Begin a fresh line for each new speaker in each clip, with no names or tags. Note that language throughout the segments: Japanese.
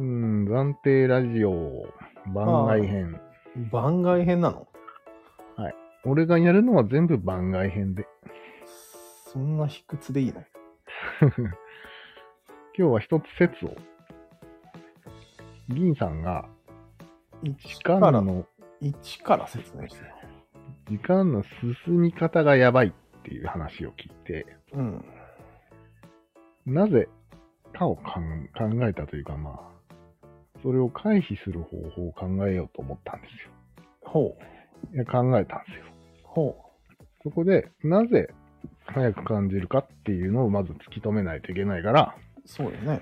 探偵ラジオ番外編。
番外編なの
俺がやるのは全部番外編で。
そんな卑屈でいいの
今日は一つ説を。銀さんが時
一
間
から、
の、
一から説明してよ。
時間の進み方がやばいっていう話を聞いて、
うん。
なぜかをかん考えたというかまあ、それを回避する方法を考えようと思ったんですよ。
ほう。
いや考えたんですよ。
ほ
そこで、なぜ早く感じるかっていうのをまず突き止めないといけないから、
う。そうよね。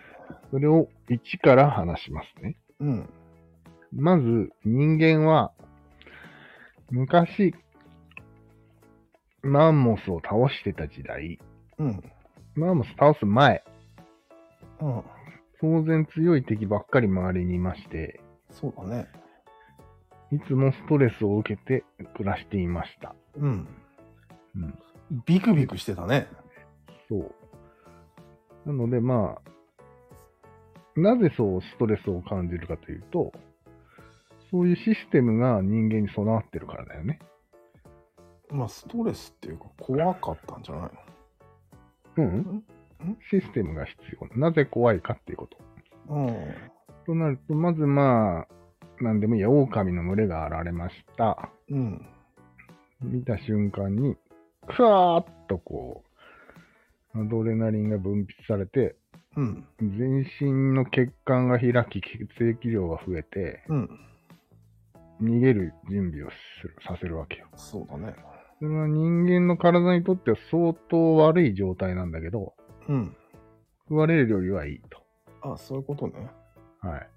それを1から話しますね。
うん。
まず、人間は、昔、マンモスを倒してた時代、
うん。
マンモス倒す前、
うん。
当然強い敵ばっかり周りにいまして、
そうだね。
いつもストレスを受けて暮らしていました。
うん。
うん
ビクビクしてたね。
そう。なので、まあ、なぜそうストレスを感じるかというと、そういうシステムが人間に備わってるからだよね。
まあ、ストレスっていうか怖かったんじゃない
うんシステムが必要。なぜ怖いかっていうこと。
のうん。
となると、まずまあ、なんでもいいや、狼の群れが現れました。
うん。
見た瞬間に、クワーッとこう、アドレナリンが分泌されて、
うん。
全身の血管が開き、血液量が増えて、
うん。
逃げる準備をするさせるわけよ。
そうだね。
それは人間の体にとっては相当悪い状態なんだけど、
うん。
食われるよりはいいと。
あ、そういうことね。
はい。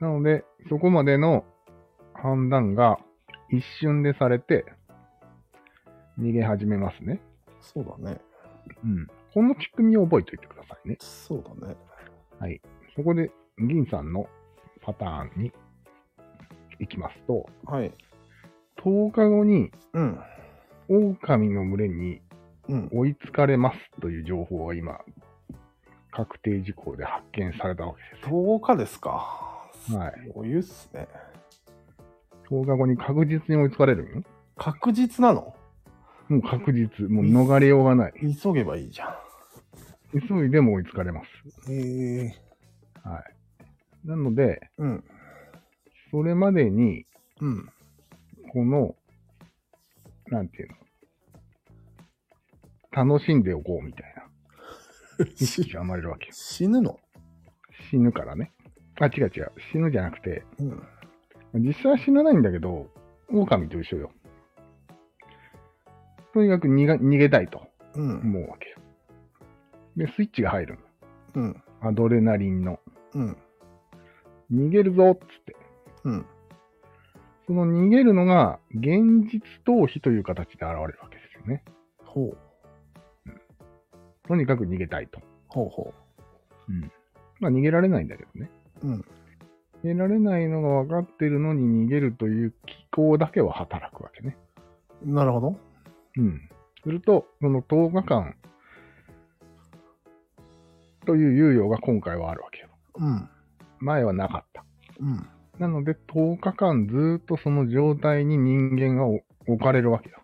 なので、そこまでの判断が一瞬でされて、逃げ始めますね。
そうだね。
うん。この仕組みを覚えておいてくださいね。
そうだね。
はい。そこで、銀さんのパターンに行きますと、
はい。
10日後に
うん。
狼の群れに
うん。
追いつかれますという情報が今、確定事項で発見されたわけです。
10日ですか。
はい
すごいっすね。
10日後に確実に追いつかれるんよ。
確実なの
もう確実。もう逃れようがない。
急げばいいじゃん。
急いでも追いつかれます。
へえ
はい。なので、
うん。
それまでに、
うん。
この、なんていうの、楽しんでおこうみたいな意識が生まれるわけよ。
死ぬの
死ぬからね。あ、違う違う。死ぬじゃなくて、
うん。
実際は死なないんだけど、狼と一緒よ。とにかく逃が逃げたいと
うん。
思うわけよ。で、スイッチが入るの。
うん。
アドレナリンの。
うん。
逃げるぞっつって。
うん。
その逃げるのが現実逃避という形で現れるわけですよね。
ほう。
とにかく逃げたいと。
ほうほ
まあ逃げられないんだけどね。
う。うん。
逃げられないのが分かってるのに逃げるという機構だけは働くわけね。
なるほど。
うん。すると、その10日間という猶予が今回はあるわけよ。
うん。
前はなかった。
うん。
なので、10日間ずーっとその状態に人間がお置かれるわけよ。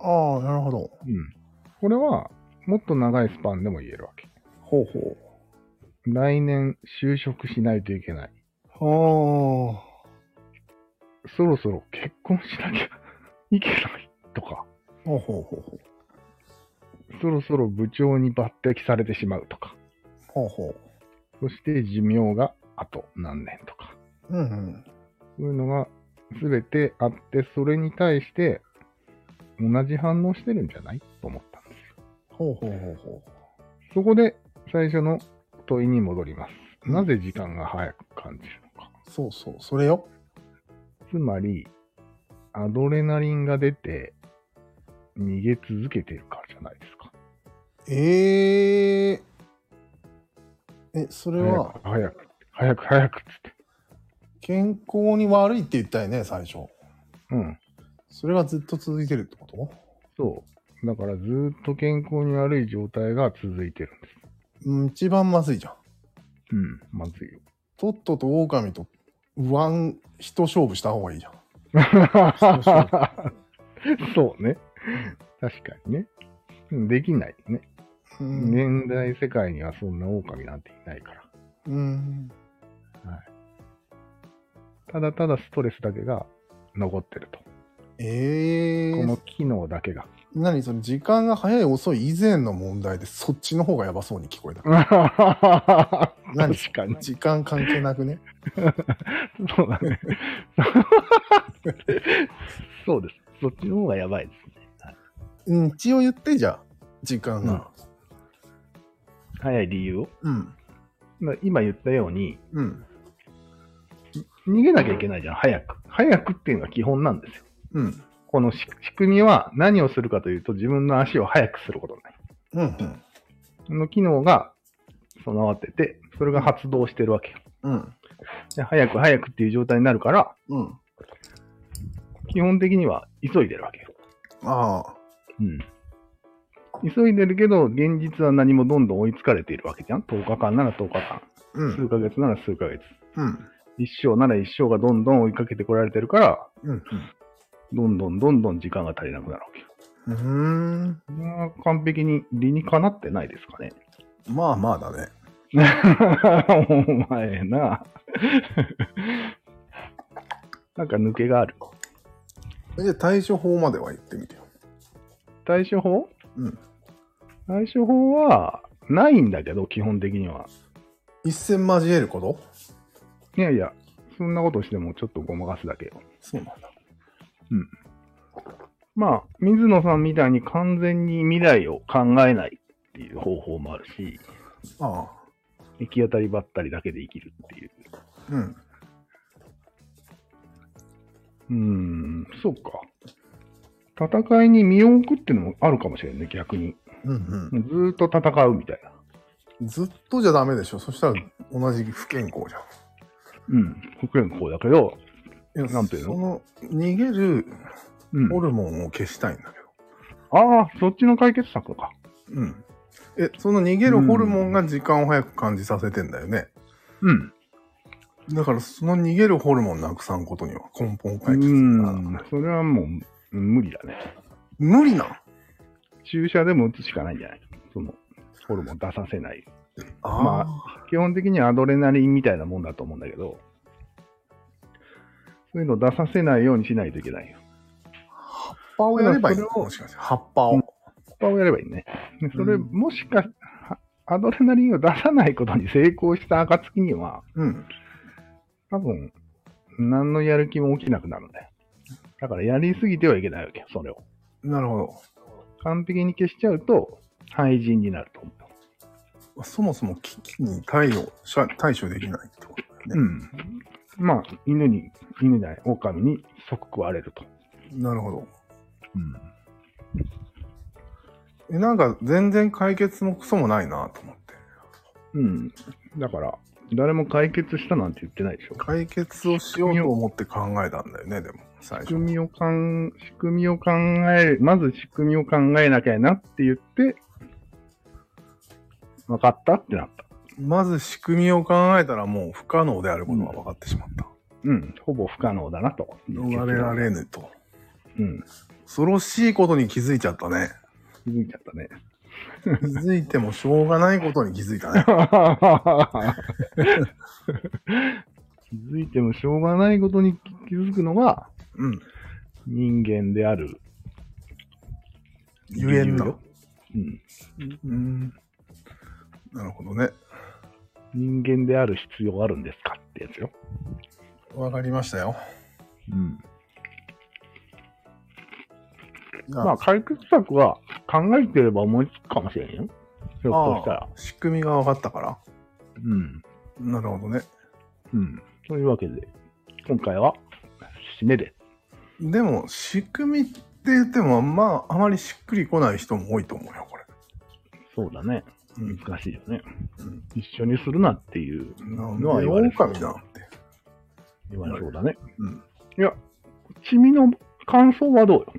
ああ、なるほど。
うん。これは、もっと長いスパンでも言えるわけ。
ほうほ
来年就職しないといけない。
う。あ
そろそろ結婚しなきゃ いけないとか、
あ。ほうほうほうほう。
そろそろ部長に抜擢されてしまうとか、
ほうほ
そして寿命があと何年とか、
う。うんうん。
そういうのが全てあって、それに対して同じ反応してるんじゃないと思ったんですよ。
ほうほうほうほ
そこで最初の問いに戻ります。なぜ時間が早く感じるのか。
う。そうそう、それよ。
つまり、アドレナリンが出て、逃げ続けてるからじゃないですか。
えええ、それ
早
は
く、早く、早く、早くっつって。
健康に悪いって言ったよね、最初。
うん。
それがずっと続いてるってこと
そう。だからずーっと健康に悪い状態が続いてるんです。
うん、一番まずいじゃん。
うん。まずいよ。
とっとと狼と、ワン、一勝負した方がいいじゃん。うそ
そうね。確かにね。うんできないね。
うん。
現代世界にはそんな狼なんていないから。
うん。
ただただストレスだけが残ってると。
ええ
こ
ー
の。機能だけが。
何その時間が早い遅い以前の問題でそっちの方がやばそうに聞こえた。 何
確かに。
時間関係なくね。
そうだ ね。そうです。そっちの方がやばいですね。
うん、一応言ってじゃあ、時間が。
早い理由を。
うん。
まあ今言ったように、
うん。
逃げなきゃいけないじゃん、早く。早くっていうのが基本なんですよ。
うん。
このし仕組みは何をするかというと、自分の足を速くすることになる。
うん。うん。
その機能が備わってて、それが発動してるわけよ。
うん。
で早く早くっていう状態になるから、
うん。
基本的には急いでるわけよ。
ああ。
うん。急いでるけど、現実は何もどんどん追いつかれているわけじゃん。10日間なら10日間。
う
数
ん。
ヶ月なら数ヶ月。
うん。
一生なら一生がどんどん追いかけてこられてるから、
うん。
どんどんどんどん時間が足りなくなるわけよ。
うーん。
これは完璧に理にかなってないですかね。
まあまあだね。
お前な。なんか抜けがある。
じゃあ対処法までは言ってみてよ。
対処法
うん。
対処法はないんだけど、基本的には。
一戦交えること
いやいや、そんなことしてもちょっとごまかすだけよ。
そうなんだ。
まあ、水野さんみたいに完全に未来を考えないっていう方法もあるし、
ああ。
行き当たりばったりだけで生きるっていう。
うん。
うーん、そうか。戦いに身を置くっていうのもあるかもしれんね、逆に。
うん
ずーっと戦うみたいな。
うん。ずっとじゃダメでしょ。そしたら同じ不健康じゃん。
うん、不健康だけど、
いや
なんていうの
その逃げる
うん
ホルモンを消したいんだけ
ああ、そっちの解決策か。
ど。うん。え、その逃げるホルモンが時間を早く感じさせてんだよね。
うん。
だからその逃げるホルモンなくさんことには根本
う
解決
ーん、それはもううん無理だね。
無理なん
注射でも打つしかないんじゃないその、ホルモン出させない。
あ、
ま基本的にはアドレナリンみたいなもんだと思うんだけど、そういうの出させないようにしないといけないよ。
葉っぱをやればいいの
だからそれを
もしかして葉っぱを。
うん葉っぱをやればいいね。でそれ、
うん
もしか、はアドレナリンを出さないことに成功した暁には、
うん。
多分、何のやる気も起きなくなるんだよ。だからやりすぎてはいけないわけよ、それを。
なるほ
完璧に消しちゃうと、廃人になると思う。
ど。そもそも危機に対応しゃ対処できないってことだよ
う
ね。
ん。まあ、犬に、犬じゃない、狼に即食われると。
なるほど。
うん。
えなんか全然解決もクソもないなと思って。
うん。だから、誰も解決したなんて言ってないでしょ。
解決をしようと思って考えたんだよね、でも、最
仕
初。
組みをかん、仕組みを考える、まず仕組みを考えなきゃなって言って、分かったってなった。
まず仕組みを考えたらもう不可能であることが分かってしまった。
うん。ほぼ不可能だなと。
逃れられぬと。
うん。
恐ろしいことに気づいちゃったね。
気づいちゃったね。
気づいてもしょうがないことに気づいた ね。
気づいてもしょうがないことに気づくのが
うん。
人間である。
ゆえんな。
理由ようん。
うん。なるほどね。
人間である必要あるんですかってやつよ。
わかりましたよ。
うん。
じゃ
まあ、解決策は考えてれば思いつくかもしれんよ。ひょっとしたら
あ。仕組みが分かったから。
うん。
なるほどね。
うん。というわけで、今回は、締めで。
でも、仕組みって言っても、まあ、あまりしっくりこない人も多いと思うよ、これ。
そうだね。
うん。
難しいよね。
うん
一緒にするなっていう
なん
のは言われ
で
る
狼なんて。
言われそうだね。
うん。
君の感想はどうよ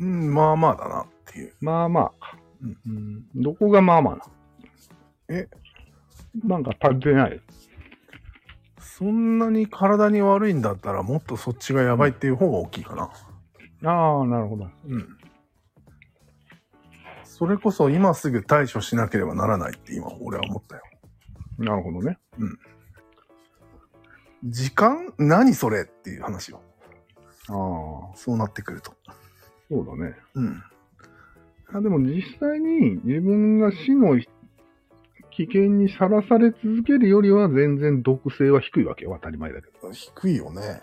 うん、まあまあだなっていう。
まあまあ。
うん
うん。どこがまあまあな
え
なんか足りてない。
そんなに体に悪いんだったら、もっとそっちがやばいっていう方が大きいかな。
ああ、なるほど。
うん。それこそ今すぐ対処しなければならないって今俺は思ったよ。
なるほどね。
時間何それっていう話よ。
ああ、
そうなってくると。
そうだね。
うん。
あでも実際に自分が死の危険にさらされ続けるよりは全然毒性は低いわけよ。当たり前だけど。
低いよね。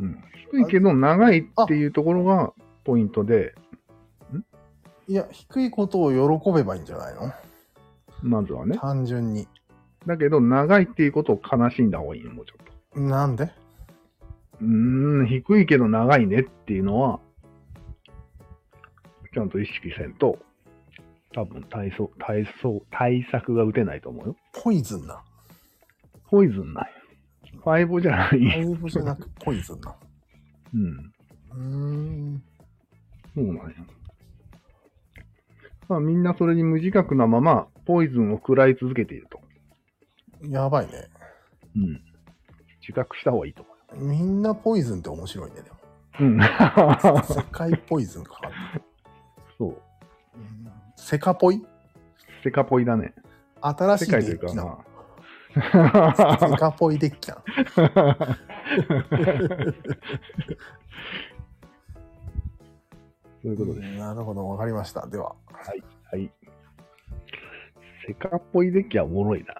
うん、低いけど長いっていうところがポイントで、
いや、低いことを喜べばいいんじゃないの
まずはね。
単純に。
だけど長いっていうことを悲しんだ方がいいよもうちょっと。
なんで
うーん、低いけど長いねっていうのは、ちゃんと意識せんと、多分対策、対策、対策が打てないと思うよ。
ポイズンな。
ポイズンない。ファイボじゃな
ポ
い。
イズンじゃなくポイズンな。
うん。
うーん。
そうなんや。まあみんなそれに無自覚なまま、ポイズンを食らい続けていると。
やばいね。
うん。自覚した方がいいと思
みんなポイズンって面白いね、でも。
う。うん。
世界ポイズンかかってる。
そう。
うんセカポイ
セカポイだね。
新し
世
い
界とい
デ
う
ッ
か、
キなの。
ま
セ
あ。
カポイデッキなの。
そういうことです。
なるほど、わかりました。では。
はい。セカっぽいデッキはおもろいな。